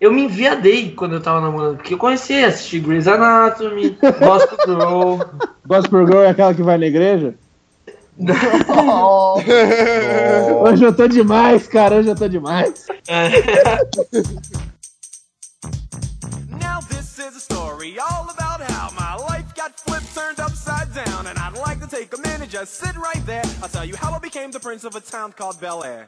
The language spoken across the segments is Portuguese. eu me enviadei quando eu tava namorando, porque eu conheci, assisti Grey's Anatomy, Gospel Girl. Gospel Girl é aquela que vai na igreja? Hoje eu tô demais, cara. Hoje eu tô demais. Now this is a story all about how my life got flipped, turned upside down, and I'd like to take a minute, just sit right there. I'll tell you how I became the prince of a town called Bel Air.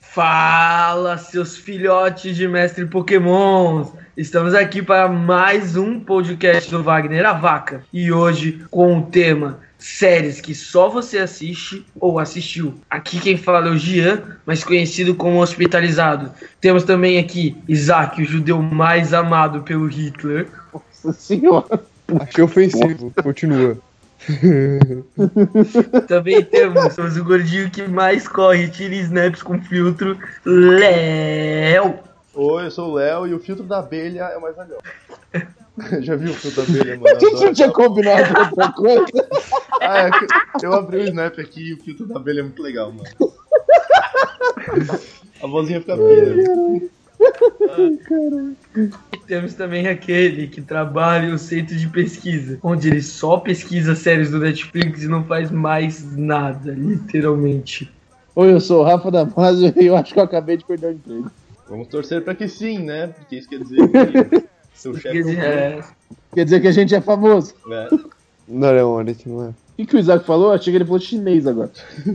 Fala, seus filhotes de mestre Pokémons! Estamos aqui para mais um podcast do Wagner a Vaca. E hoje com o tema séries que só você assiste ou assistiu. Aqui quem fala é o Gian, mas conhecido como Hospitalizado. Temos também aqui Isaac, o judeu mais amado pelo Hitler. Nossa senhora. Achei ofensivo. Continua. Também temos, temos o gordinho que mais corre, tira snaps com filtro, Léo. Oi, eu sou o Léo e o filtro da abelha é o mais legal. Já viu o filtro da abelha, mano? A gente não Adoro. tinha combinado outra coisa. Ah, é que eu abri o Snap aqui e o filtro da abelha é muito legal, mano. A vozinha fica feia. Temos também aquele que trabalha em um centro de pesquisa, onde ele só pesquisa séries do Netflix e não faz mais nada, literalmente. Oi, eu sou o Rafa Damasio e eu acho que eu acabei de perder o emprego. Vamos torcer pra que sim, né? Porque isso quer dizer que seu chefe. Quer dizer, é, Quer dizer que a gente é famoso. né? Não é Onix, não é? O que, que o Isaac falou? Achei que ele falou chinês agora. É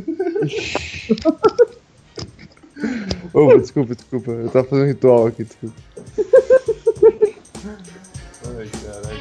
Ô, desculpa, desculpa. Eu tava fazendo um ritual aqui, desculpa. Ai, caralho.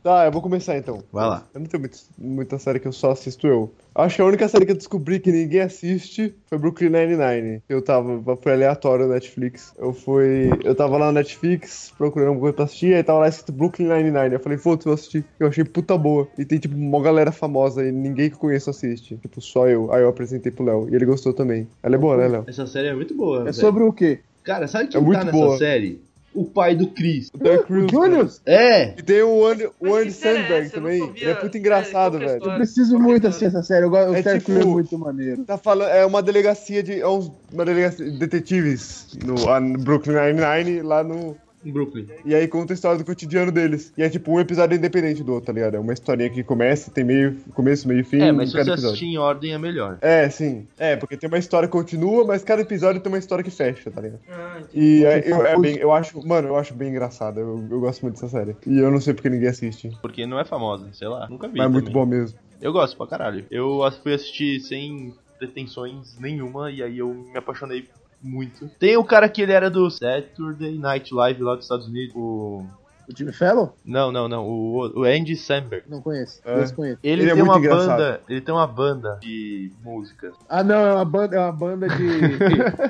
Tá, eu vou começar então. Vai lá. Eu não tenho muito- muita série que eu só assisto eu. Acho que a única série que eu descobri que ninguém assiste foi Brooklyn Nine-Nine. Eu tava, foi aleatório no Netflix. Eu fui, eu tava lá no Netflix procurando alguma coisa pra assistir, aí tava lá escrito Brooklyn Nine-Nine. Eu falei, foda-se, eu assisti. Eu achei puta boa. E tem, tipo, uma galera famosa e ninguém que eu conheço assiste. Tipo, só eu. Aí eu apresentei pro Léo e ele gostou também. Ela é boa, né, Léo? Essa série é muito É boa. velho. sobre o quê? Cara, sabe É quem muito tá nessa boa. série? O pai do Chris. Terry Crews, cara. Júnior, É! E tem o Andy, Mas o Andy que série é Sandberg essa? Eu não também. sabia. Ele é muito É, engraçado, qual que é a velho. história? preciso muito assistir essa série. Eu, go- eu É quero tipo- que é muito maneiro. Tá falando, é uma delegacia de. É uns, uma delegacia de detetives no a- no Brooklyn Nine-Nine lá no. Em Brooklyn. E aí conta a história do cotidiano deles. E é tipo um episódio independente do outro, tá ligado? É uma historinha que começa, tem meio. começo, meio e fim É, mas em se você cada episódio. assistir em ordem é melhor. É, sim. É, porque tem uma história que continua, mas cada episódio tem uma história que fecha, tá ligado? ah, E é- eu, é bem- eu acho, mano, eu acho bem engraçado. Eu, eu gosto muito dessa série. E eu não sei porque ninguém assiste. Porque não é famosa, sei lá. Nunca vi. Mas é muito também. bom mesmo. Eu gosto pra caralho. Eu as- fui assistir sem pretensões nenhuma e aí eu me apaixonei muito. Tem o cara que ele era do Saturday Night Live lá dos Estados Unidos. O... O Jimmy Fallon? Não, não, não. O, o Andy Samberg. Não conheço. É. Desconheço. Ele, Ele é tem muito uma engraçado. banda. Ele tem uma banda de música. Ah, não, é uma banda, é uma banda de.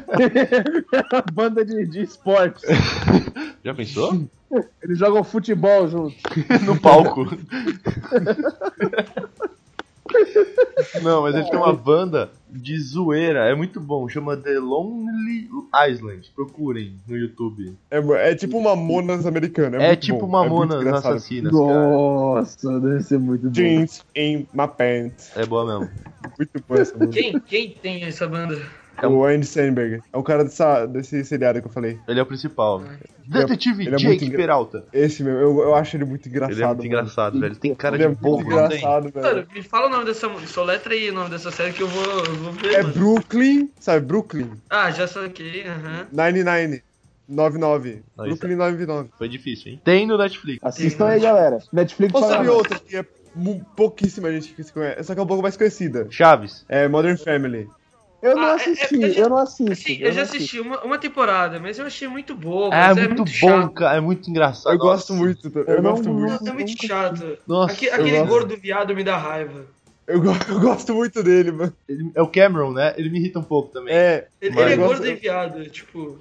é uma banda de, de esportes. Já pensou? Eles jogam futebol junto. no palco. Não, mas ele tem uma banda de zoeira, é muito bom, chama The Lonely Island. Procurem no YouTube. É, mo- é tipo uma Monas americana. É, muito tipo bom. uma muito Mona engraçado. assassina. Nossa, deve ser muito bom. Jeans in my pants. É boa mesmo. Muito bom essa música. Quem, quem tem essa banda? É O Andy Sandberg. É o cara dessa, desse seriado que eu falei. Ele é o principal. Detetive ele é muito Jake engra- Peralta. Esse mesmo. Eu, eu acho ele muito engraçado. Ele é muito mano. engraçado, velho. Tem cara Ele é de né? muito bobo, não tem? engraçado, velho. Mano, me fala o nome dessa. Soletra aí o nome dessa série que eu vou, eu vou ver. É mano. Brooklyn, sabe? Brooklyn. Ah, já saquei. aham. 99. 99. Não, isso Brooklyn 99. Foi difícil, hein? Tem no Netflix. Assistam aí, galera. Netflix Ou sabe não. outra que é mu- pouquíssima gente que se conhece, só que é um pouco mais conhecida. Chaves. É Modern Family. Eu não Ah, é- assisti, é- eu já- eu não assisto. Assim, eu já assisti. assisti uma, uma temporada, mas eu achei muito boa. É, mas muito, bom, chato. cara. É muito engraçado. Eu Nossa. gosto muito. Eu, Eu não- gosto muito. Nossa, é muito chato. Nossa, Aque- eu aquele gosto. gordo viado me dá raiva. Eu, go- eu gosto muito dele, mano. Ele- É o Cameron, né? Ele me irrita um pouco também. É. Ele, Mas ele é eu gosto- gordo e viado, tipo.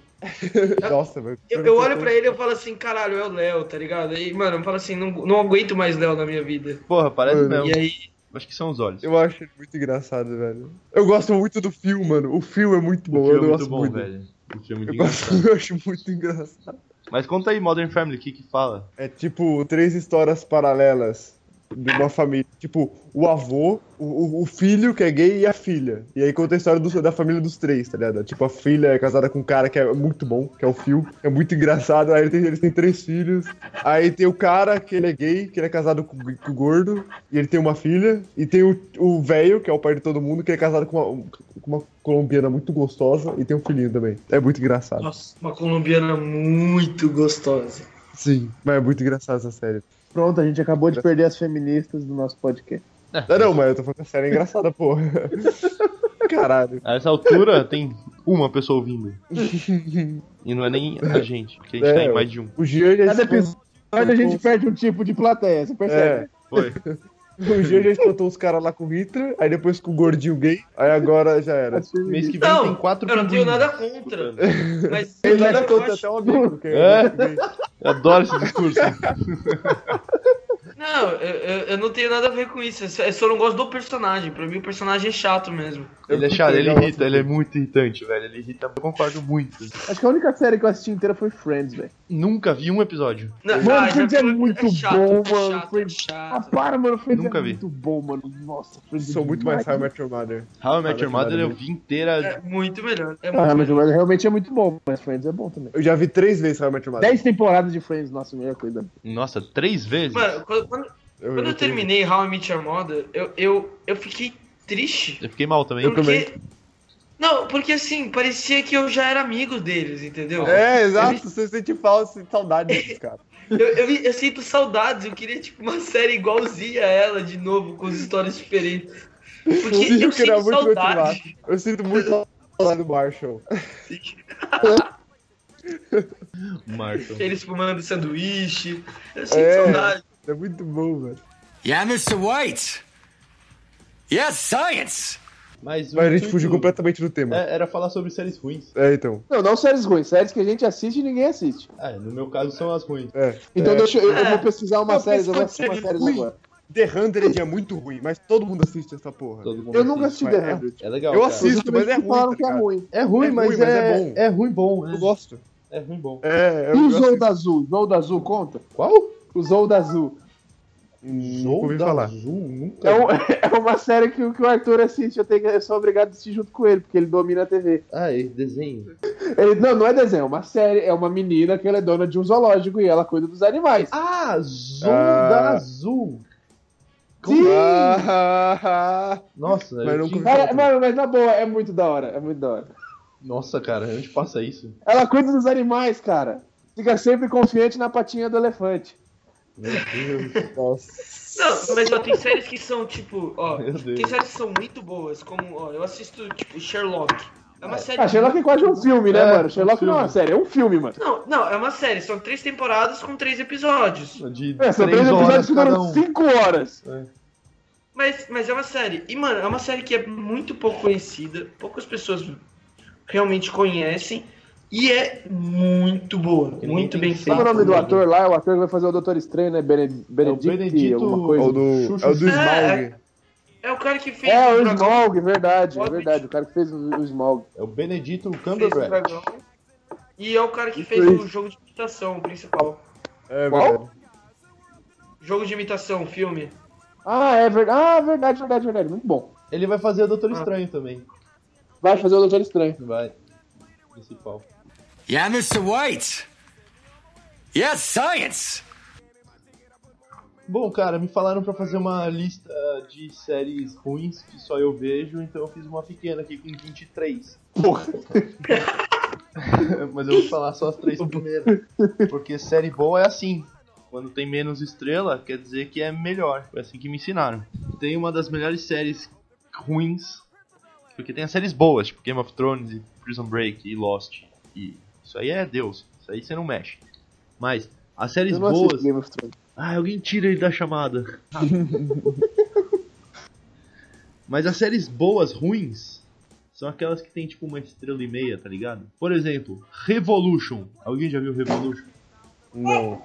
Nossa, velho. Eu, eu olho pra ele e eu falo assim, caralho, é o Léo, tá ligado? E, mano, eu falo assim, não, não aguento mais Léo na minha vida. Porra, parece Mano. é mesmo. E aí, Acho que são os olhos. Eu acho ele muito engraçado, velho. Eu gosto muito do filme, mano. O filme é muito bom. o eu filme é gosto muito bom, velho. O filme é muito Eu, gosto, engraçado. eu acho muito engraçado. Mas conta aí, Modern Family, o que que fala? É tipo três histórias paralelas de uma família. Tipo, o avô, o- o, o filho que é gay e a filha. E aí conta a história do- da família dos três, tá ligado? Tipo, a filha é casada com um cara que é muito bom, que é o Phil. É muito engraçado. Aí ele tem- eles têm três filhos. Aí tem o cara que ele é gay, que ele é casado com, com o gordo. E ele tem uma filha. E tem o o velho, que é o pai de todo mundo, que é casado com uma, com uma colombiana muito gostosa. E tem um filhinho também. É muito engraçado. nossa, uma colombiana muito gostosa. Sim, mas é muito engraçado essa série. Pronto, a gente acabou de perder as feministas do nosso podcast. Não, não, mas eu tô falando que a série é engraçada, porra. Caralho. A essa altura tem uma pessoa ouvindo. E não é nem a gente, porque a gente É, tá em mais de um. O Jean já Cada espantou, episódio a gente perde um tipo de plateia, você percebe? é, Foi. o Jean já espantou os caras lá com o Hitler, aí depois com o gordinho gay, aí agora já era. Mês que vem Não, tem quatro Então, eu não tenho pinguins nada contra. escutando. Mas Ele eu ainda acho- conta até um amigo. Que é. É? Eu adoro esse discurso. Não, eu, eu- eu não tenho nada a ver com isso. Eu só- Eu só não gosto do personagem. Pra mim, o personagem é chato mesmo. Ele é chato, ele irrita, ele é muito irritante, velho. Ele irrita, eu concordo muito. É. Acho que a única série que eu assisti inteira foi Friends, velho. Nunca vi um episódio. Não, Mano, ah, já Friends é falou- muito chato, bom, é mano. chato, é Friends- Ah, chato. para, mano, Friends Nunca é vi. muito bom, mano. Nossa, Friends Sou é muito mais How I Met Your Mother. How I Met Your Mother eu Maravilha. vi inteira. É muito melhor. É Ah, muito mas melhor. mas realmente é muito bom, mas Friends é bom também. Eu já vi três vezes How I Met Your Mother. Dez temporadas de Friends, nossa, a melhor coisa. Nossa, três vezes? Mano, quando, quando- quando eu terminei How I Met Your Mother, eu, eu, eu fiquei triste. Eu fiquei mal também. Porque... Não, porque assim, parecia que eu já era amigo deles, entendeu? É, exato, você sente falta, sente saudade desses caras. Eu, eu, eu sinto saudades, eu queria tipo uma série igualzinha a ela de novo, com as histórias diferentes. Porque Sim, eu eu queria sinto muito saudade. Eu sinto muito saudade do Marshall. Marshall. Eles fumando sanduíche. Eu sinto É. saudade. É muito bom, velho. Yeah, Mr. White. Yes, science. Mas, o Mas a gente intuito fugiu completamente do tema. é- Era falar sobre séries ruins. É, então. Não, não séries ruins, séries que a gente assiste e ninguém assiste. Ah, no meu caso são as ruins. É. Então é. deixa eu, eu É. vou pesquisar uma Não, série, eu pesquisa vou assistir uma série série ruim. agora. The 100 é muito ruim, mas todo mundo assiste essa porra. Todo mundo Eu nunca assiste. assisti mas The é. 100. É legal. Eu cara. assisto. Isso, mas é ruim, Falaram tá que é ligado? ruim. É ruim, É mas, ruim, mas é... é bom. é ruim bom. Eu É, gosto. é ruim bom. É, E o gosto Zou da Azul? Zou da Azul conta? Qual? O Zou da Azul. Hum, Nunca ouvi falar. Azul, nunca. É, um- é uma série que, o- que o Arthur assiste, eu, tenho, que- eu sou obrigado a assistir junto com ele, porque ele domina a TV. Ah, esse desenho. Ele- não, não é desenho, é uma série, é uma menina que ela é dona de um zoológico e ela cuida dos animais. Ah, Zou Ah. da Azul. Sim! Ah, Nossa, Mas eu nunca tinha- vi é? Cara, mano, mas na boa, é muito da hora, é muito da hora. Nossa, cara, onde passa isso? Ela cuida dos animais, cara. Fica sempre confiante na patinha do elefante. Meu Deus. nossa. Não, mas ó, tem séries que são, tipo, ó. Meu Deus. Tem séries que são muito boas, como, ó, eu assisto, tipo, Sherlock. É uma série. Ah, Sherlock é quase um filme, né, É, mano? Sherlock um não é uma filme. série, é um filme, mano. Não, não, é uma série, são três temporadas com três episódios. De É, são três episódios que um. duram cinco horas. Mas, mas é uma série. E, mano, é uma série que é muito pouco conhecida, poucas pessoas realmente conhecem. E é muito boa, E ninguém muito bem tem feita. Sabe é o nome do Sim. ator lá? O ator que vai fazer o Doutor Estranho, né? Bene- É o Benedict, Benedito- alguma É coisa. o do, é o do Smaug. É o cara que fez É, o dragão. Smaug, verdade, é Hobbit. verdade. O cara que fez o o Smaug. É o Benedito fez o Cumberbatch. dragão. E é o cara que Isso fez aí. o jogo de imitação, o principal. É, Qual? verdade. Jogo de imitação, filme. Ah, é verdade. Ah, verdade, verdade, verdade. Muito bom. Ele vai fazer o Doutor Ah. Estranho também. Vai fazer o Doutor Estranho. Vai. Principal. Yeah, Mr. White. Yes, science. Bom, cara, me falaram pra fazer uma lista de séries ruins que só eu vejo, então eu fiz uma pequena aqui com 23. Porra. Mas eu vou falar só as três primeiras. Porque série boa é assim. Quando tem menos estrela, quer dizer que é melhor. Foi assim que me ensinaram. Tem uma das melhores séries ruins. Porque tem as séries boas, tipo Game of Thrones, e Prison Break e Lost. E isso aí é Deus. Isso aí você não mexe. Mas as séries Eu não assisto boas. Game of Thrones. Ah, alguém tira ele da chamada. Mas as séries boas, ruins, são aquelas que tem tipo uma estrela e meia, tá ligado? Por exemplo, Revolution. Alguém já viu Revolution? Não.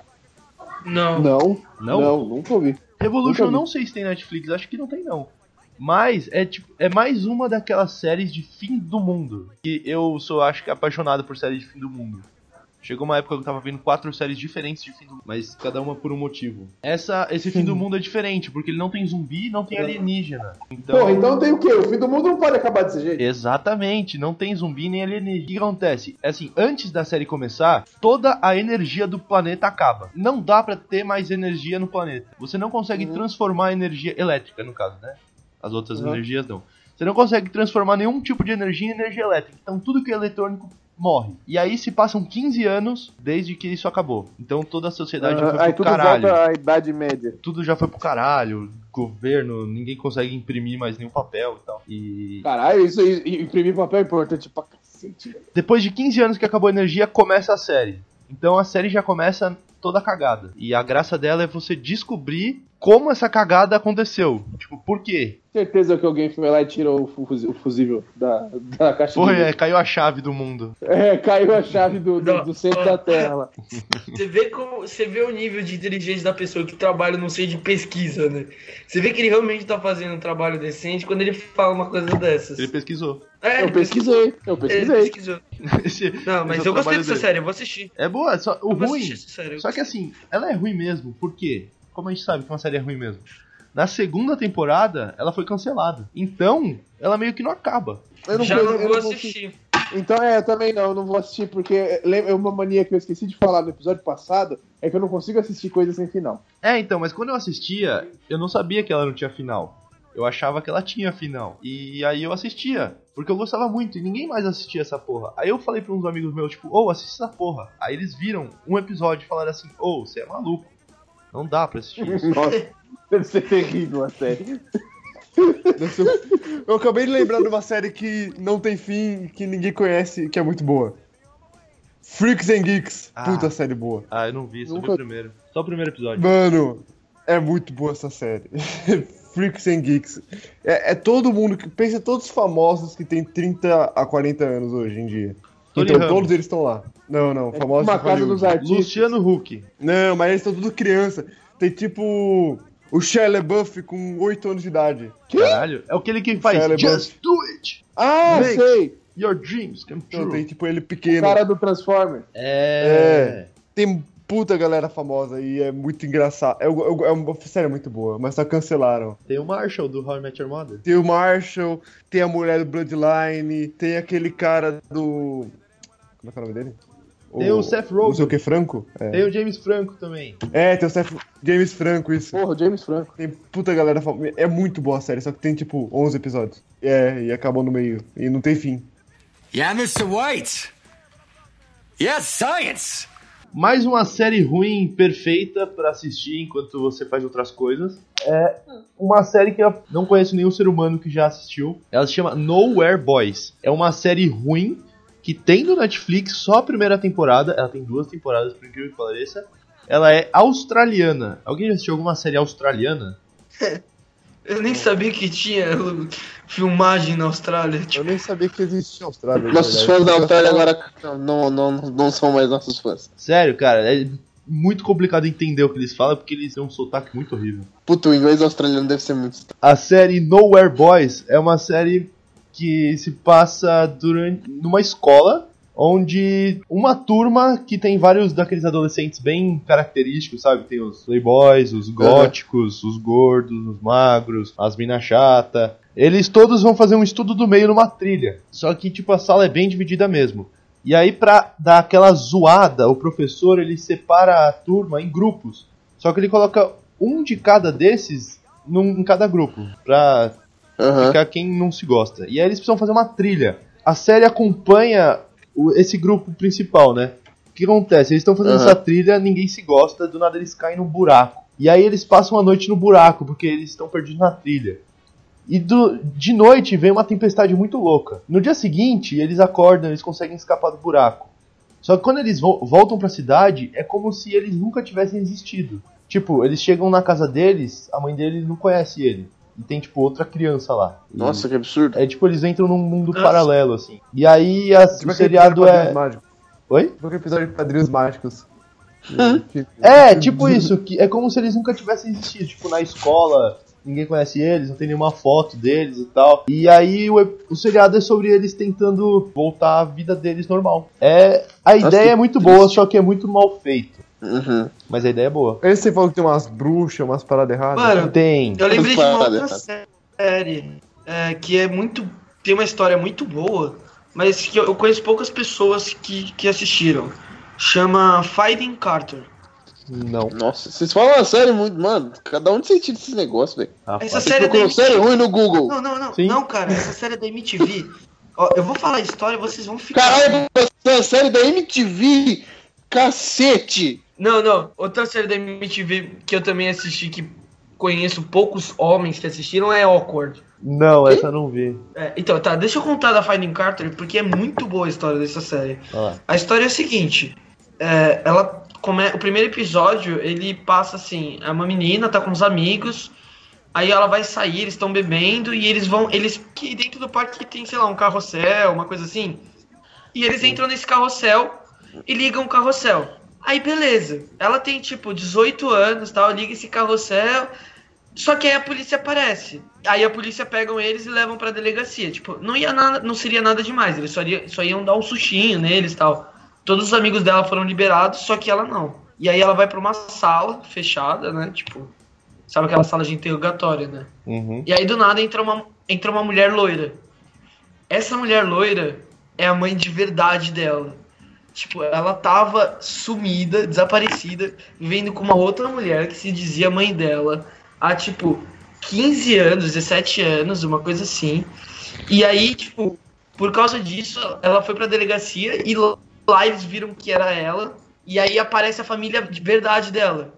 Não, Não. Não? Então- não, nunca ouvi. Revolution Nunca vi. não sei se tem Netflix, acho que não tem não. Mas é tipo, é mais uma daquelas séries de fim do mundo. E eu sou, acho que, apaixonado por séries de fim do mundo. Chegou uma época que eu tava vendo quatro séries diferentes de fim do mundo, mas cada uma por um motivo. Essa, esse fim do mundo é diferente, porque ele não tem zumbi e não É. tem alienígena. Então, Porra, então tem o quê? O fim do mundo não pode acabar desse jeito. Exatamente, não tem zumbi nem alienígena. O que acontece? Assim, antes da série começar, toda a energia do planeta acaba. Não dá pra ter mais energia no planeta. Você não consegue Uhum. transformar a energia elétrica, no caso, né? As outras energias não. Você não consegue transformar nenhum tipo de energia em energia elétrica. Então tudo que é eletrônico morre. E aí se passam 15 anos desde que isso acabou. Então toda a sociedade Ah, foi aí pro tudo caralho volta à Idade Média. tudo já foi pro caralho, governo, ninguém consegue imprimir mais nenhum papel e tal. E Caralho, isso aí, i- imprimir papel é importante pra cacete. depois de 15 anos que acabou a energia, começa a série. Então a série já começa toda cagada. E a graça dela é você descobrir como essa cagada aconteceu. Tipo, por quê? Certeza que alguém foi lá e tirou o fusi- o fusível da, da caixa Porra, de... é, caiu a chave do mundo. É, caiu a chave do, do, do centro da Terra lá. Você vê, como, você vê o nível de inteligência da pessoa que trabalha, não sei, de pesquisa, né? Você vê que ele realmente tá fazendo um trabalho decente quando ele fala uma coisa dessas. Ele pesquisou. É, Eu pesquisei, eu Ele pesquisei. pesquisou. Esse- Não, esse mas é eu o gostei trabalho dessa dele. série, eu vou assistir. É boa, só, o Eu vou ruim assistir essa série. Só que assim, ela é ruim mesmo, por quê? Como a gente sabe que uma série é ruim mesmo? Na segunda temporada, ela foi cancelada. Então, ela meio que não acaba. Eu não, Já eu não não vou consigo- assistir. Então, é, eu também não, eu não vou assistir, porque lembra- é uma mania que eu esqueci de falar no episódio passado, é que eu não consigo assistir coisas sem final. É, então, mas quando eu assistia, eu não sabia que ela não tinha final. Eu achava que ela tinha final. E aí eu assistia, porque eu gostava muito e ninguém mais assistia essa porra. Aí eu falei pra uns amigos meus, tipo, ô, assiste essa porra. Aí eles viram um episódio e falaram assim, ô, você é maluco. Não dá pra assistir isso. Nossa, deve ser terrível a série. Deve ser- Eu acabei de lembrar de uma série que não tem fim, que ninguém conhece, que é muito boa. Freaks and Geeks. Ah. Puta série boa. Ah, eu não vi, só vi Nunca- o primeiro. Só o primeiro episódio. Mano, é muito boa essa série. Freaks and Geeks. É, é todo mundo, que pensa em todos os famosos que tem 30 a 40 anos hoje em dia. Tony então Ramos. todos eles estão lá. Não, não, É famosos uma de casa Hollywood. dos artistas. Luciano Huck. Não, mas eles estão tudo criança. Tem tipo o Shia LaBeouf com 8 anos de idade. Caralho, é aquele que faz Cérebro. Just do it! Ah, Blake. sei! Your dreams come Então tem true. tipo ele O pequeno. cara do Transformer. É. Tem puta galera famosa e é muito engraçado. É, é- é uma série muito boa, mas só cancelaram. Tem o Marshall do How I Met Your Mother. Tem o Marshall, tem a mulher do Bloodline, tem aquele cara do. Como é que é o nome dele? Tem o Seth Rogen. Não sei o que, Franco? É. Tem o James Franco também. É, tem o Seth James Franco, isso. Porra, o James Franco. Tem puta galera famosa. É muito boa a série, só que tem tipo 11 episódios. É, e acabou no meio. E não tem fim. Yeah, Mr. White. Yes, science. Mais uma série ruim, perfeita pra assistir enquanto você faz outras coisas. É uma série que eu não conheço nenhum ser humano que já assistiu. Ela se chama Nowhere Boys. É uma série ruim que tem no Netflix só a primeira temporada. Ela tem duas temporadas, por incrível que pareça. Ela é australiana. Alguém já assistiu alguma série australiana? Eu nem sabia que tinha filmagem na Austrália. Tipo, Eu nem sabia que existia Austrália. de Nossos verdade. fãs da Austrália agora não, não, não são mais nossos fãs. Sério, cara, é muito complicado entender o que eles falam porque eles têm um sotaque muito horrível. Puto, o inglês australiano deve ser muito. A série Nowhere Boys é uma série que se passa durante numa escola onde uma turma que tem vários daqueles adolescentes bem característicos, sabe? Tem os playboys, os góticos, os gordos, os magros, as mina chata. Eles todos vão fazer um estudo do meio numa trilha. Só que tipo a sala é bem dividida mesmo. E aí pra dar aquela zoada, o professor ele separa a turma em grupos. Só que ele coloca um de cada desses num, em cada grupo, pra Aham. ficar quem não se gosta. E aí eles precisam fazer uma trilha. A série acompanha o- esse grupo principal, né? O que acontece? Eles estão fazendo Aham. essa trilha, ninguém se gosta, do nada eles caem num buraco. E aí eles passam a noite no buraco, porque eles estão perdidos na trilha. E do- de noite vem uma tempestade muito louca. No dia seguinte, eles acordam, eles conseguem escapar do buraco. Só que quando eles vo- voltam pra cidade, é como se eles nunca tivessem existido. Tipo, eles chegam na casa deles, a mãe deles não conhece ele. E tem, tipo, outra criança lá. E- Nossa, que absurdo. É tipo, eles entram num mundo paralelo, assim. E aí a- Tipo o aquele seriado episódio de é. Padrinhos Mágicos. Oi? Tipo aquele episódio de Padrinhos Mágicos. É, tipo isso, que é como se eles nunca tivessem existido, tipo, na escola, ninguém conhece eles, não tem nenhuma foto deles e tal. E aí o, ep- o seriado é sobre eles tentando voltar à vida deles normal. É, a Nossa, ideia que é muito triste. boa, só que é muito mal feito. Uhum. Mas a ideia é boa. Aí você falou que tem umas bruxas, umas paradas erradas. Mano, Tem. Eu lembrei de Parada, uma outra cara. série é, que é muito. tem uma história muito boa, mas que eu, eu conheço poucas pessoas que, que assistiram. Chama Fighting Carter. Não. Nossa, vocês falam a série muito, mano. Cada um de sentido esses negócios, velho. Essa Rapaz. série é da Procurou série MTV. ruim no Google. Não, não, não. Sim. Não, cara, essa série é da MTV. Ó, eu vou falar a história e vocês vão ficar. Caralho, essa série da MTV. Cacete. Não, não. Outra série da MTV que eu também assisti, que conheço poucos homens que assistiram, é Awkward. Não, essa eu não vi. É, então, tá, deixa eu contar da Finding Carter, porque é muito boa a história dessa série. Olha lá. A história é o seguinte: é, ela come... o primeiro episódio ele passa assim, é uma menina tá com os amigos, aí ela vai sair, eles estão bebendo e eles vão, eles que dentro do parque tem sei lá um carrossel, uma coisa assim, e eles entram nesse carrossel e ligam o carrossel. Aí beleza, ela tem tipo 18 anos, tal, liga esse carrossel. Só que aí a polícia aparece. Aí a polícia pegam eles e levam pra delegacia. Tipo, não ia nada, não seria nada demais. Eles só, ia- só iam dar um sustinho neles e tal. Todos os amigos dela foram liberados, só que ela não. E aí ela vai pra uma sala fechada, né? Tipo, sabe aquela sala de interrogatório, né? Uhum. E aí do nada entra uma, entra uma mulher loira. Essa mulher loira é a mãe de verdade dela. Tipo, ela tava sumida, desaparecida, vivendo com uma outra mulher que se dizia mãe dela há tipo 15 anos, 17 anos, uma coisa assim. E aí, tipo, por causa disso, ela foi pra delegacia e lá- lá eles viram que era ela. E aí aparece a família de verdade dela.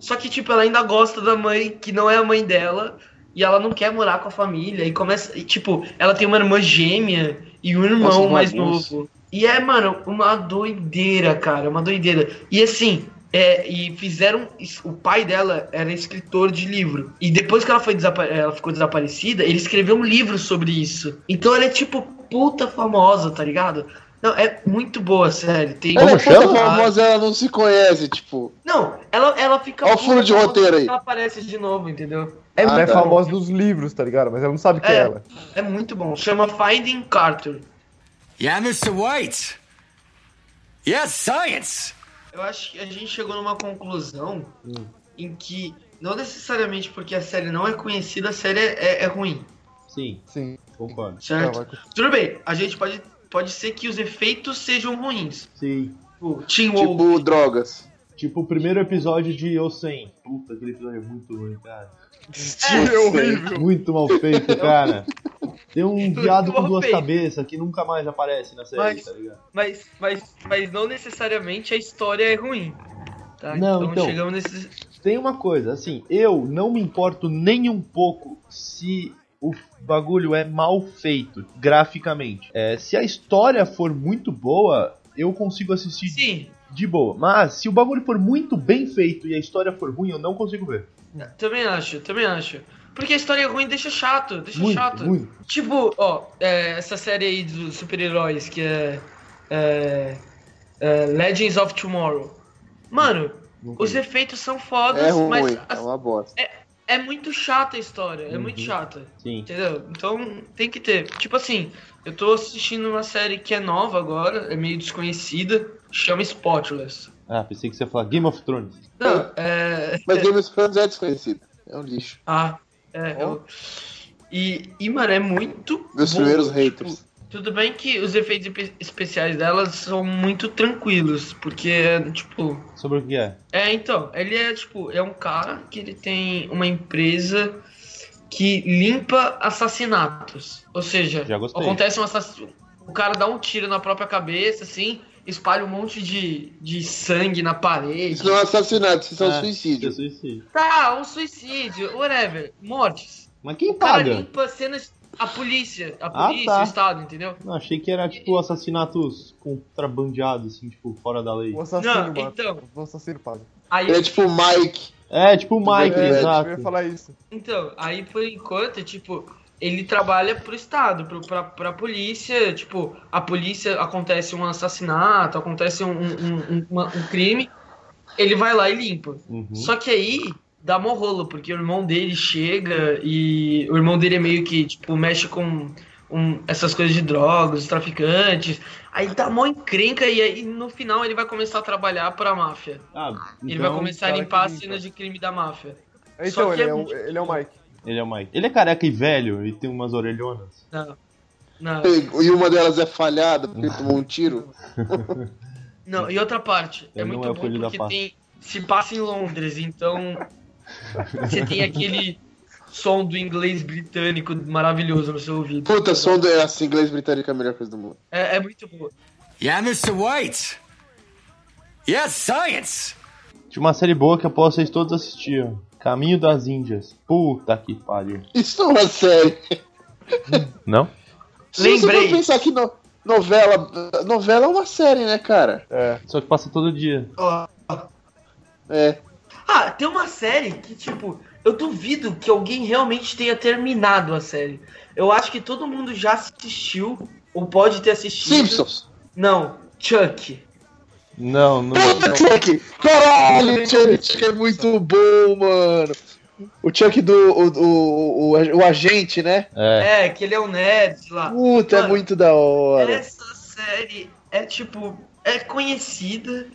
Só que, tipo, ela ainda gosta da mãe, que não é a mãe dela, e ela não quer morar com a família. E começa. E, tipo, ela tem uma irmã gêmea e um irmão Nossa, que mais bagunça. novo. E é, mano, uma doideira, cara, uma doideira. E assim, é, e fizeram. O pai dela era escritor de livro. E depois que ela, foi desapa- ela ficou desaparecida, ele escreveu um livro sobre isso. Então ela é, tipo, puta famosa, tá ligado? Não, é muito boa, sério. Tem Ela é puta famosa, ela não se conhece, tipo. não, ela, ela fica. Olha o furo de puta roteiro aí. Ela aparece de novo, entendeu? É, ela é tá. famosa nos livros, tá ligado? Mas ela não sabe que é, É. ela. É muito bom. Chama Finding Carter. Yeah, Mr. White. Yeah, science. Eu acho que a gente chegou numa conclusão Hum. em que, não necessariamente porque a série não é conhecida, a série é, é- é ruim, Sim, Sim. concordo. certo? Ela vai- Tudo bem, a gente pode, pode ser que os efeitos sejam ruins. Sim. Tipo, Teen Wolf. Tipo, drogas. Tipo, o primeiro episódio de Eu Sem. Puta, aquele episódio é muito ruim, cara. É horrível. Muito mal feito, cara. Tem um viado com mal duas feito. cabeças que nunca mais aparece na série, Mas- tá ligado? Mas, mas, mas não necessariamente a história é ruim. Tá? Não, então. chegamos nesse. Tem uma coisa, assim, eu não me importo nem um pouco se o bagulho é mal feito graficamente. É, se a história for muito boa, eu consigo assistir Sim, de boa. Mas se o bagulho for muito bem feito e a história for ruim, eu não consigo ver. também acho, também acho. Porque a história é ruim deixa chato, deixa Muito, chato. muito. Tipo, ó, é, essa série aí dos super-heróis que é, é, é Legends of Tomorrow. Mano, os efeitos são fodas, É ruim, mas é as- uma bosta. é muito chata a história, é Uhum. muito chata. Sim. Entendeu? Então tem que ter. Tipo assim, eu tô assistindo uma série que é nova agora, é meio desconhecida, chama Spotless. Ah, pensei que você ia falar Game of Thrones. Não, é. Mas Game of Thrones é desconhecido. É um lixo. Ah, é. eu- E, e, mano, é muito. Meus bom, primeiros tipo, haters. Tudo bem que os efeitos espe- especiais dela são muito tranquilos, porque, tipo. Sobre o que é? É, então, ele é, tipo, é um cara que ele tem uma empresa que limpa assassinatos. Ou seja, Já gostei. acontece um assassinato. O cara dá um tiro na própria cabeça, assim, espalha um monte de, de sangue na parede. Isso não é assassinato, isso é um Ah, suicídio. isso, isso, isso. Tá, um suicídio, whatever. Mortes. Mas quem O cara paga? limpa cenas. A polícia, a Ah, polícia, tá. o Estado, entendeu? Não, achei que É era tipo assassinatos contrabandeados, assim, tipo, fora da lei. O assassino, Não, mano. então. O assassino paga. Aí Ele é tipo o Mike. É, tipo o Mike, é, exato. Eu ia falar isso. Então, aí por enquanto, tipo, ele trabalha pro Estado, pro, pra, pra polícia, tipo, a polícia acontece um assassinato, acontece um, um- um- uma- um crime, ele vai lá e limpa. Uhum. Só que aí dá mó rolo, porque o irmão dele chega e o irmão dele é meio que, tipo, mexe com um- essas coisas de drogas, traficantes. Aí dá mó encrenca e aí no final ele vai começar a trabalhar pra máfia. Ah, Ele então, vai começar a cara limpar que as limpa. cenas de crime da máfia. Só Então, que ele é é, o, muito- ele é o Mike. Ele é o Mike. Ele é careca e velho e tem umas orelhonas. Não. Não. E uma delas é falhada porque tomou um tiro. Não, e outra parte, é Ele não muito é o bom coelho da porque Páscoa. tem, se passa em Londres, então você tem aquele som do inglês britânico maravilhoso no seu ouvido. Puta, som do é assim, inglês britânico é a melhor coisa do mundo. É, é muito bom. Yeah, Mr. White. Yes, science. Tinha uma série boa que após vocês todos assistiam. Caminho das Índias. Puta que pariu. Isso não é sério. Não? Se você Lembrei. for pensar que no- novela, novela é uma série, né, cara? É. Só que passa todo dia. Ó, É. Ah, tem uma série que, tipo, eu duvido que alguém realmente tenha terminado a série. Eu acho que todo mundo já assistiu, ou pode ter assistido. Simpsons. Não, Chuck. Não, não. Puta, Chuck! Caralho, Chuck, Chuck é muito bom, mano. O Chuck do. O, o, o, o agente, né? É. É, que ele é um nerd lá. Puta, é Mano, é muito da hora. Essa série é tipo, é conhecida,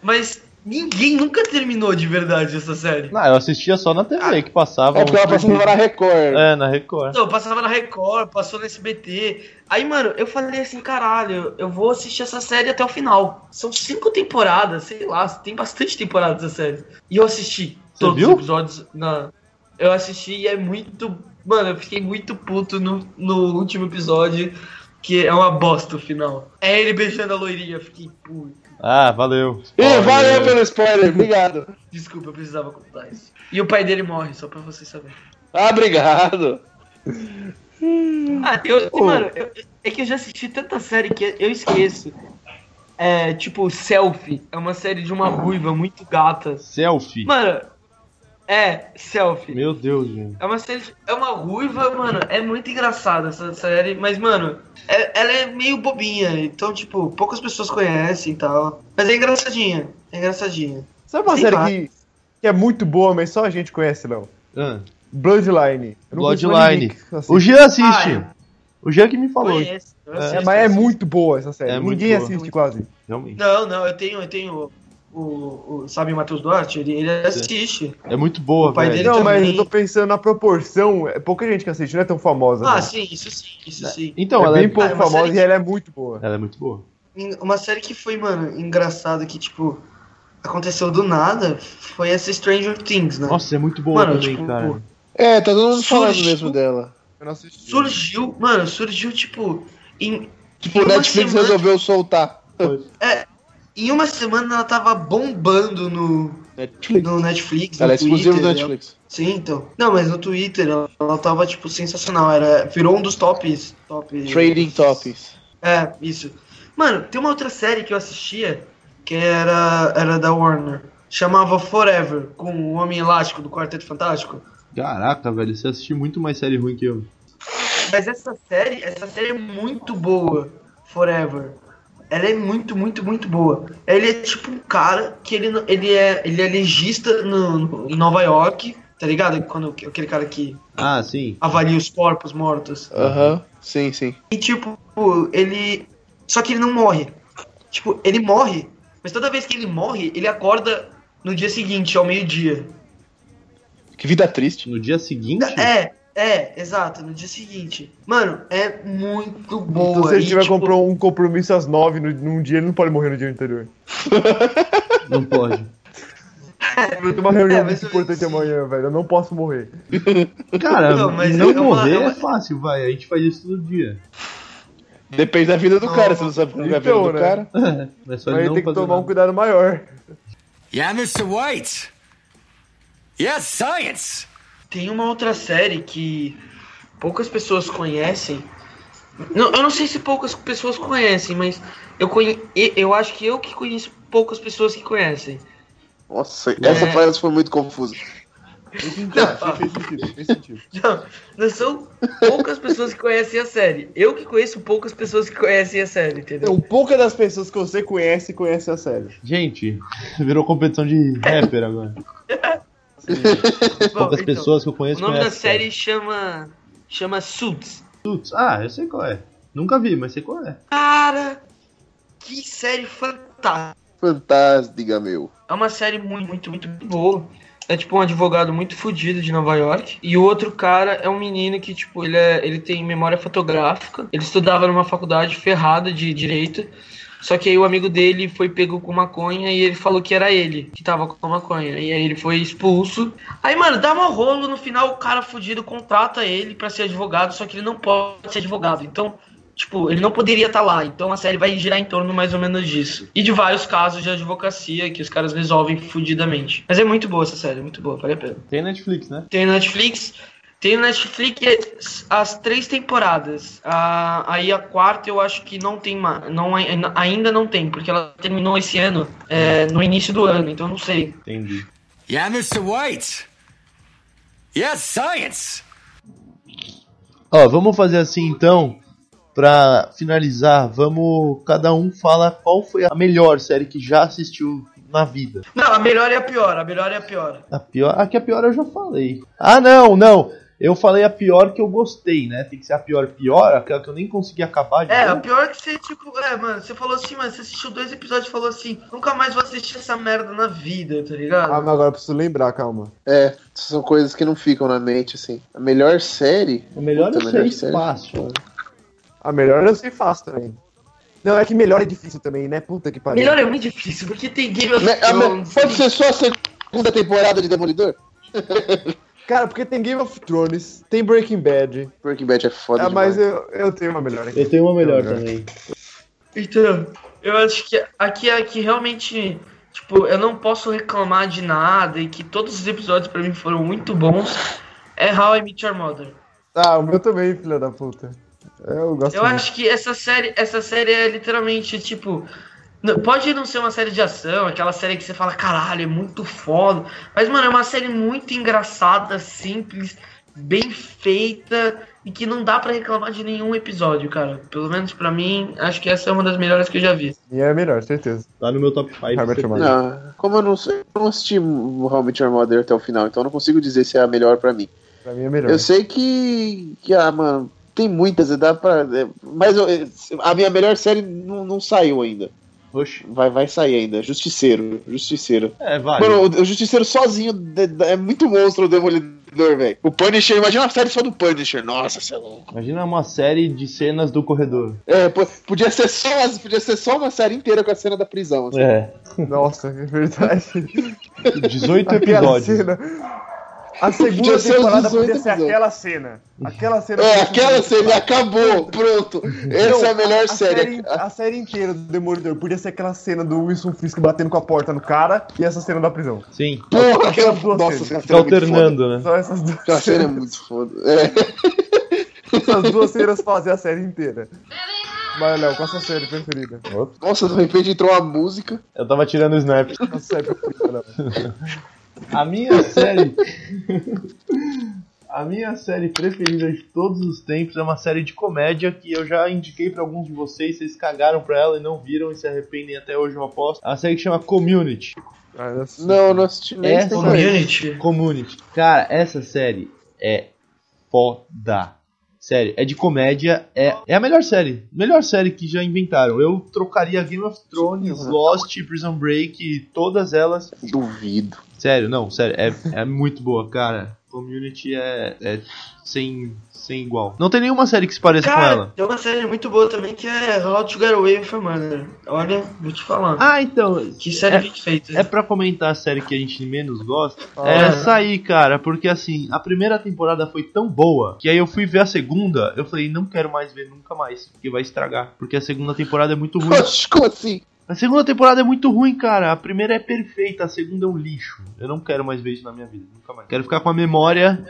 mas ninguém nunca terminou de verdade essa série. Não, eu assistia só na TV que passava. É porque ela um- passou na Record. É, na Record. Então, eu passava na Record, passou na SBT. Aí, mano, eu falei assim, caralho, eu vou assistir essa série até o final. São cinco temporadas, sei lá, tem bastante temporadas essa série. E eu assisti Você todos viu? os episódios na. Eu assisti e é muito. Mano, eu fiquei muito puto no, no último episódio, que é uma bosta o final. É ele beijando a loirinha, eu fiquei puto. Ah, valeu. É. Ih, valeu pelo spoiler, obrigado. Desculpa, eu precisava contar isso. E o pai dele morre, só pra vocês saberem. Ah, obrigado. Ah, eu, mano, eu- é que eu já assisti tanta série que eu esqueço. É, tipo, Selfie. É uma série de uma ruiva muito gata. Selfie. Mano, é, Selfie. Meu Deus, gente. É uma série. de- É uma ruiva, mano. É muito engraçada essa série. Mas, mano, é- ela é meio bobinha. Então, tipo, poucas pessoas conhecem e tal. Mas é engraçadinha. É engraçadinha. Sabe uma Sim, série claro. que, que é muito boa, mas só a gente conhece, não? Ah, Bloodline. Eu não conheço mais assim. É, Bloodline. ninguém que assiste. O Jean assiste. Ah, O Jean que me falou. Conheço, eu É, É, assisto, mas é assisto. muito boa essa série. É muito Ninguém boa. assiste quase. Realmente. Não, não, eu tenho, eu tenho o, o, o- sabe, o Matheus Duarte, ele, ele assiste. Tá É muito boa, O pai velho. dele- não, mas também- eu tô pensando na proporção. É pouca gente que assiste, não é tão famosa. Ah, né? sim, isso sim, isso sim. Então, é ela, bem é... pouco Ah, é uma famosa série que- e ela é muito boa. ela é muito boa. Uma série que foi, mano, engraçada, que, tipo, aconteceu do nada, foi essa Stranger Things, né? Nossa, é muito boa Mano, também, tipo, cara. É, tá todo mundo falando Surgiu. mesmo dela. Eu não assisti. Surgiu, mano, surgiu, tipo, em, Tipo, Uma o Netflix semana- resolveu soltar. em uma semana ela tava bombando no, Netflix. no Netflix, no Ela é exclusiva Twitter, do né? Netflix. Sim, então. Não, mas no Twitter ela, ela tava, tipo, sensacional, era, virou um dos tops. Top, Trading Topics. É, isso. Mano, tem uma outra série que eu assistia que era, era da Warner. Chamava Forever, com o Homem Elástico do Quarteto Fantástico. Caraca, velho, você assistiu muito mais série ruim que eu. Mas essa série, essa série é muito boa, Forever. Ela é muito, muito, muito boa. Ele é tipo um cara que ele, não- ele, é, ele é legista no, no- em Nova York, tá ligado? Quando aquele cara que Ah, sim. avalia os corpos mortos. Aham, sim, sim. E tipo, ele. Só que ele não morre. Tipo, ele morre, mas toda vez que ele morre, ele acorda no dia seguinte, ao meio-dia. Que vida triste. No dia seguinte? É, é, exato, no dia seguinte. Mano, é muito boa. Então, se ele E, tiver tipo, comprou um compromisso às nove no- num dia, ele não pode morrer no dia anterior. Não pode. Eu tenho uma reunião É, mas muito eu- importante sim. amanhã, velho. Eu não posso morrer. Cara, não, Não, mas é uma- morrer é uma- é fácil, vai. A gente faz isso todo dia. Depende da vida do cara, você não sabe como é a vida Então, do né? cara. É Mas só ele ele não tem que fazer tomar um nada. cuidado maior. Yeah, Mr. White. Yes, science. Tem uma outra série que poucas pessoas conhecem. Não, eu não sei se poucas pessoas conhecem, mas eu, conhe... e- eu acho que eu que conheço poucas pessoas que conhecem. Nossa, essa frase foi muito confusa. Fez sentido, fez sentido, fez sentido. Não, não são poucas pessoas que conhecem a série. Eu que conheço poucas pessoas que conhecem a série, entendeu? Então, pouca das pessoas que você conhece, conhece a série. Gente, virou competição de rapper agora. Bom, Poucas então, pessoas que eu O conheço nome da conhecem. série chama. chama Suits. Putz, Ah, eu sei qual é. Nunca vi, mas sei qual é. Cara, que série fantástica. Fantástica, meu. É uma série muito, muito, muito boa. É tipo um advogado muito fodido de Nova York. E o outro cara é um menino que, tipo, ele, é, ele tem memória fotográfica. Ele estudava numa faculdade ferrada de direito. Só que aí o amigo dele foi pego com maconha e ele falou que era ele que tava com maconha. E aí ele foi expulso. Aí, mano, dá um rolo. No final, o cara fudido contrata ele pra ser advogado. Só que ele não pode ser advogado. Então, Tipo, ele não poderia estar lá. Então a série vai girar em torno mais ou menos disso. E de vários casos de advocacia que os caras resolvem fudidamente. Mas é muito boa essa série, muito boa, vale a pena. Tem Netflix, né? Tem Netflix. Tem no Netflix as três temporadas. Ah, aí a quarta eu acho que não tem mais. Não, ainda não tem, porque ela terminou esse ano, é, no início do ano, então não sei. Entendi. Yeah, Mr. White. Yes, science. Ó, vamos fazer assim então. Pra finalizar, vamos. Cada um fala qual foi a melhor série que já assistiu na vida. Não, a melhor é a pior, a melhor é a pior. A pior. Aqui a pior eu já falei. Ah, não, não. Eu falei a pior que eu gostei, né? Tem que ser a pior, pior, aquela que eu nem consegui acabar de É, ver. a pior é que você, tipo, é, mano, você falou assim, mano, você assistiu dois episódios e falou assim, nunca mais vou assistir essa merda na vida, tá ligado? Ah, mas agora eu preciso lembrar, calma. É, são coisas que não ficam na mente, assim. A melhor série. O melhor Puta, eu a sei melhor série. espaço. A Ah, melhor eu sei fácil também. Não, é que melhor é difícil também, né? Puta que pariu. Melhor é muito difícil, porque tem Game assim, of Me- a Né, é me- Thrones. Pode ser só a segunda temporada de Demolidor? Cara, porque tem Game of Thrones, tem Breaking Bad. Breaking Bad é foda. Ah, demais. mas eu, eu tenho uma melhor aqui. Eu tenho uma melhor Melhor. também. Então, eu acho que aqui é que realmente, tipo, eu não posso reclamar de nada e que todos os episódios pra mim foram muito bons. É How I Met Your Mother. Ah, o meu também, filha da puta. Eu gosto Eu muito. acho que essa série, essa série é literalmente tipo. n- Pode não ser uma série de ação, aquela série que você fala, caralho, é muito foda. Mas, mano, é uma série muito engraçada, simples, bem feita e que não dá pra reclamar de nenhum episódio, cara. Pelo menos pra mim, acho que essa é uma das melhores que eu já vi. Minha é a melhor, certeza. Tá no meu top 5. Herbert Roman. Não, como eu não, sei- eu não assisti How I Met Your Mother até o final, então eu não consigo dizer se é a melhor pra mim. Pra mim é a melhor. Eu sei que, que ah, mano, tem muitas, dá pra. é, mas eu- é, a minha melhor série não, não saiu ainda. Oxi. Vai, vai sair ainda. Justiceiro, Justiceiro. É, vale. Mano, o, o Justiceiro sozinho de- de- é muito monstro o Demolidor, velho. O Punisher, imagina uma série só do Punisher. Nossa, você é louco. Imagina uma série de cenas do corredor. É, po- podia ser só, as- podia ser só uma série inteira com a cena da prisão. assim. É. Nossa, é verdade. 18 Aquela episódios. cena. A segunda Podia ser os temporada 18 podia ser episódios. aquela cena. Aquela cena. É, aquela série acabou, pronto. Essa Não, é a melhor série. A, série inteira do Demolidor podia ser aquela cena do Wilson Fisk batendo com a porta no cara e essa cena da prisão. Sim. Porra, aquela aquela. boa Nossa, essa cena. Fica cena é muito foda. alternando, né? Só essas duas, Aquela cena é muito foda. É. essas duas cenas fazem a série inteira. Mas, Léo, qual a sua série preferida? Nossa, de repente entrou uma música. Eu tava tirando o snap. Qual a sua série preferida, Léo? A minha série. A minha série preferida de todos os tempos é uma série de comédia que eu já indiquei pra alguns de vocês, vocês cagaram pra ela e não viram e se arrependem até hoje, eu aposto. A série que chama Community. Ah, eu assisti. Não, não assisti nem Essa essa não. temporada. Community. Community. Cara, essa série é foda. Sério, é de comédia, é, é a melhor série. Melhor série que já inventaram. Eu trocaria Game of Thrones, Lost, Prison Break, todas elas. Duvido. Sério, não, sério, é, é muito boa, cara. Community é, é sem, sem igual. Não tem nenhuma série que se pareça com Cara, ela. tem uma série muito boa também que é How to Get Away with Murder. Olha, vou te falar. Ah, então. que série é- bem feita. É pra comentar a série que a gente menos gosta. é essa aí, cara, porque assim, a primeira temporada foi tão boa que aí eu fui ver a segunda, eu falei, não quero mais ver nunca mais, porque vai estragar. Porque a segunda temporada é muito ruim. Oxe, Como assim? A segunda temporada é muito ruim, cara. A primeira é perfeita, a segunda é um lixo. Eu não quero mais ver isso na minha vida, nunca mais. Quero ficar com a memória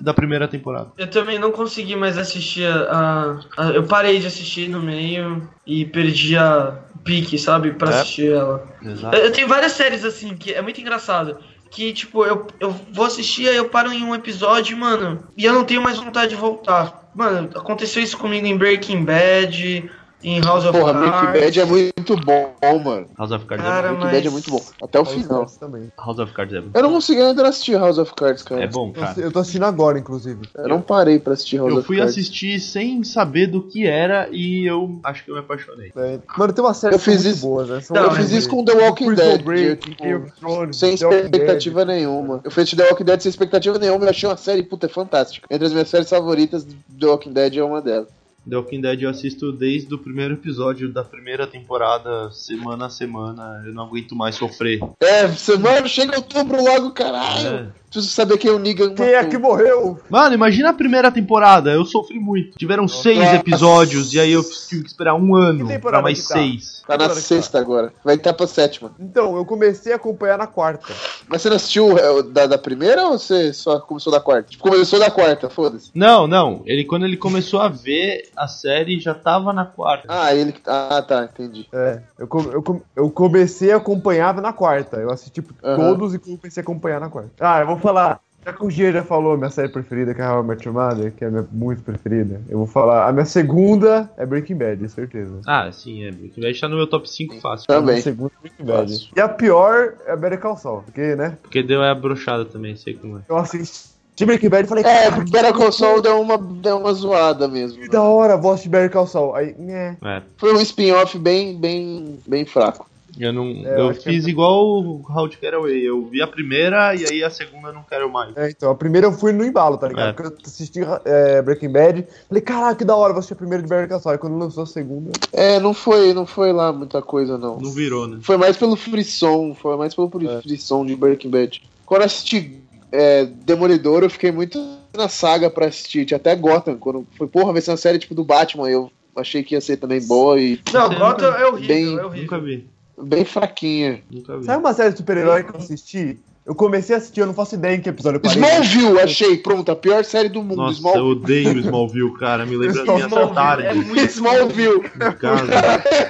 da primeira temporada. Eu também não consegui mais assistir a, a- Eu parei de assistir no meio e perdi a pique, sabe? Pra É. assistir ela. Exato. Eu, eu tenho várias séries assim, que é muito engraçado. Que, tipo, eu, eu vou assistir, aí eu paro em um episódio, mano, e eu não tenho mais vontade de voltar. Mano, aconteceu isso comigo em Breaking Bad, em House of Porra, Cards. Breaking Bad é muito bom, mano. House of Cards, Cara, Breaking mas- Bad é muito bom. Até o final. Também. é... House of Cards é bom. Eu não consegui ainda assistir House of Cards, cara. É bom, cara. Eu tô assistindo agora, inclusive. Eu não parei pra assistir House Eu of fui Cards. assistir sem saber do que era e eu acho que eu me apaixonei. É, Mano, tem uma série Eu que são fiz muito isso- boa, né? São Não, Eu muito fiz boas. isso com The Walking Prison Dead. Break, eu, tipo, Game of Thrones, sem The Walking Dead. expectativa nenhuma. Eu fiz The Walking Dead sem expectativa nenhuma. Eu achei uma série, puta, é fantástica. Entre as minhas séries favoritas, The Walking Dead é uma delas. The Walking Dead eu assisto desde o primeiro episódio da primeira temporada, semana a semana. Eu não aguento mais sofrer. É, semana chega outubro logo, caralho. É. Preciso saber quem o Negan matou. Quem é que morreu? Mano, imagina a primeira temporada, eu sofri muito. Tiveram seis episódios e aí eu tive que esperar um ano Que temporada pra mais que tá? seis. Tá na Agora que sexta agora. Vai estar pra sétima. Então, eu comecei a acompanhar na quarta. Mas você não assistiu é, o da, da primeira ou você só começou da quarta? Tipo, começou da quarta, foda-se. Não, não. Ele quando ele começou a ver a série já tava na quarta. Ah, ele. Ah, tá, entendi. É, eu, com- eu, com- eu comecei a acompanhar na quarta. Eu assisti tipo, Aham. todos e comecei a acompanhar na quarta. Ah, eu vou falar. Já que o Gia já falou minha série preferida, que é How I Met Your Mother, que é a minha muito preferida, eu vou falar. A minha segunda é Breaking Bad, certeza. Ah, sim, é. Breaking Bad tá no meu top 5 fácil. Também. A minha segunda é Breaking Bad. Fácil. E a pior é American Sol, porque, né? Porque deu é a brochada também, sei como é. Eu assisti Breaking Bad e falei, É, "Cara, Better Call Saul deu uma, deu uma zoada mesmo. né? que da hora, vou assistir Better Sol. Aí, né? É, Foi um spin-off bem, bem, bem fraco. eu não. É, eu eu acho que fiz igual o How to Get Away. Eu vi a primeira e aí a segunda eu não quero mais. É, então, a primeira eu fui no embalo, tá ligado? É. Porque eu assisti é, Breaking Bad, falei, caraca, que da hora, vou assistir a primeira de Better Sol. Aí quando lançou a segunda, É, não foi, não foi lá muita coisa, não. Não virou, né? Foi mais pelo frisson, foi mais pelo fri- É. frisson de Breaking Bad. Quando eu assisti é, Demolidor, eu fiquei muito na saga pra assistir. Tinha até Gotham, quando foi, porra, vai ser uma série tipo do Batman, eu achei que ia ser também boa e Não, Você Gotham é horrível, Bem- é horrível. Nunca vi. bem fraquinha. Nunca vi. Sabe uma série de super-herói que eu assisti? Eu comecei a assistir, eu não faço ideia em que episódio eu parei. Smallville, achei, pronto, a pior série do mundo, Nossa, eu Smallville. odeio Smallville, cara. Me lembra da minha Smallville é tarde muito Smallville, em casa.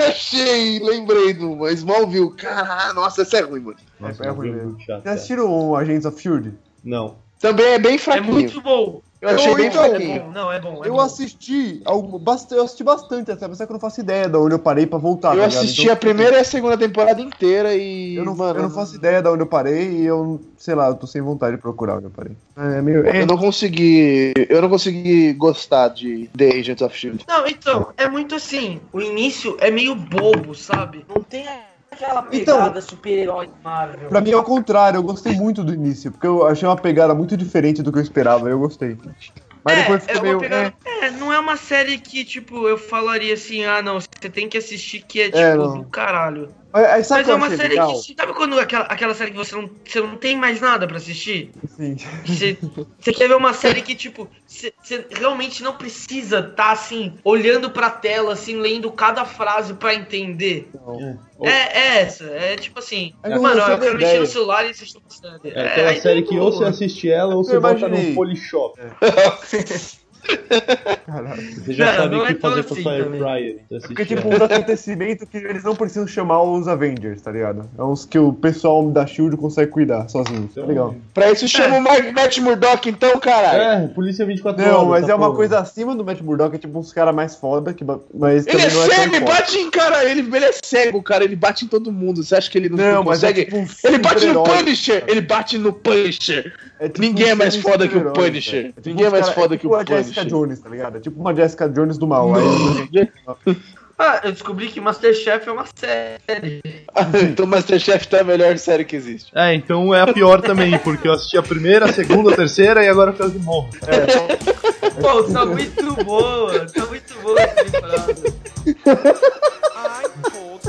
achei, lembrei de uma, Smallville, caralho, nossa, essa é ruim, mano. Nossa, É, é Smallville ruim é muito chato. Vocês cara. assistiram o Agents of S.H.I.E.L.D.? Não. Também é bem É fraquinho, muito bom. eu achei Eu- bem então, fraquinho. É bom, não, é bom. É Eu bom. assisti, algum- bast- eu assisti bastante até, mas só que eu não faço ideia de onde eu parei pra voltar. Eu tá ligado? assisti Então, a primeira e a segunda temporada inteira e. Eu não, mano, eu não faço ideia de onde eu parei e eu, sei lá, eu tô sem vontade de procurar onde eu parei. É meio... eu não consegui. Eu não consegui gostar de The Agents of Shield. Não, então, é muito assim. O início é meio bobo, sabe? Não tem aquela pegada super-herói Marvel. Então, Pra mim é o contrário, eu gostei muito do início, porque eu achei uma pegada muito diferente do que eu esperava, eu gostei. Mas é, depois ficou é uma meio... né? pegada- é, não é uma série que, tipo, eu falaria assim, ah, não, você tem que assistir que é, tipo, não. do caralho. É, aí sabe Mas é uma série série legal? que, sabe quando aquela, aquela série que você não, você não tem mais nada pra assistir? Sim. Você, você quer ver uma série que, tipo, você você realmente não precisa tá, assim, olhando pra tela, assim, lendo cada frase pra entender. É, é essa. É tipo assim, É que eu mano, não eu tenho quero ideia. mexer no celular e assistir uma série. É aquela aí série tem que um- ou você assiste ela ou você bota imaginei. É. no Polishop. Caralho. Você já Não, sabe não o que é tão fazer assim com a Air também. Fryer. Você Porque, assiste tipo, ela. uns acontecimentos que eles não precisam chamar os Avengers, tá ligado? É uns que o pessoal da SHIELD consegue cuidar sozinho. Isso é legal. Pra isso chama o Mark- Matt Murdock, então, caralho. É, Polícia 24 horas. Não, mas essa é uma porra. coisa acima do Matt Murdock, é tipo uns caras mais foda, que, ba- mas Ele também é não é tão cego, ele foda. bate em cara. Ele, ele é cego, cara. Ele bate em todo mundo. Você acha que ele não, Não, mas é consegue? tipo um Ele bate no super-herói. Punisher! Ele bate no Punisher! É tipo Ninguém um é mais foda que o super-herói, Punisher. cara. É tipo Ninguém é uns mais cara- foda é que tipo o a Jessica Punisher. Jones, tá ligado? É tipo uma Jessica Jones do mal. Aí, Ah, eu descobri que Masterchef é uma série. então Masterchef tá a melhor série que existe. É, então é a pior também, porque eu assisti a primeira, a segunda, a terceira e agora eu quero que morra. Pô, tá muito boa. Tá muito boa essa temporada. I pulled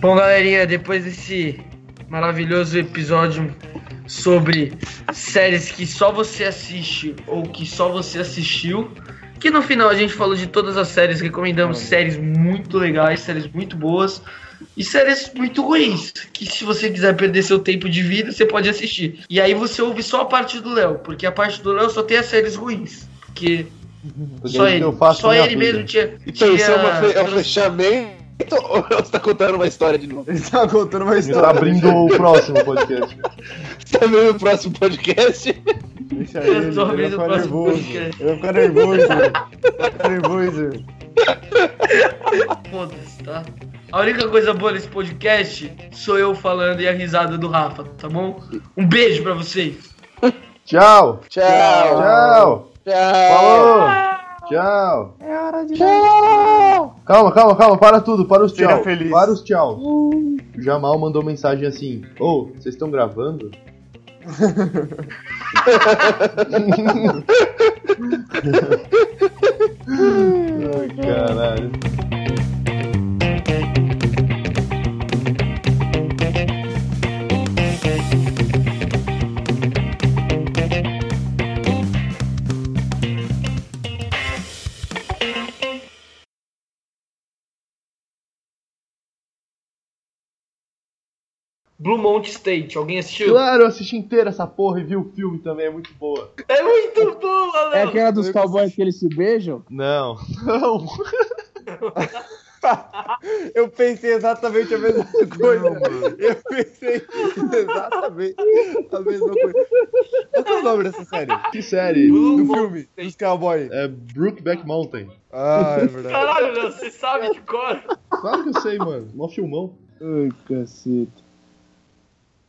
Bom, galerinha, depois desse maravilhoso episódio sobre séries que só você assiste ou que só você assistiu, que no final a gente falou de todas as séries, recomendamos Uhum. séries muito legais, séries muito boas e séries muito ruins, que se você quiser perder seu tempo de vida, você pode assistir. E aí você ouve só a parte do Léo, porque a parte do Léo só tem as séries ruins, porque Uhum. só isso ele, eu faço só minha ele vida. mesmo tinha, Então, isso é, uma fe- é um tinha- fechamento ou você tá contando uma história de novo? Ele tá contando uma Ele tá história. abrindo o próximo podcast. Tá vendo o próximo podcast? Deixa ele, ele tô vai abrindo o ficar próximo nervoso. podcast. Ele vai ficar nervoso. Ele vai ficar nervoso. Foda-se, tá? A única coisa boa nesse podcast sou eu falando e a risada do Rafa, tá bom? Um beijo pra vocês. Tchau! Tchau. Tchau! Tchau. Falou! Tchau! É hora de tchau! Calma, calma, calma, para tudo, para os Seja tchau. feliz. Para os tchau. O Jamal mandou mensagem assim: Ô, vocês estão gravando? Ai, caralho. Blue Mount State, alguém assistiu? Claro, eu assisti inteira essa porra e vi o filme também, é muito boa. É muito boa, É Léo! aquela dos cowboys que eles se beijam? Não, não. Eu pensei exatamente a mesma coisa. Eu pensei exatamente a mesma coisa. Qual que é o nome dessa série? Que série? Do filme? Dos Cowboy. É Brookback Mountain. Ah, é verdade. Caralho, Léo, você sabe de cor. Claro que eu sei, mano. Mó filmão. Ai, cacete.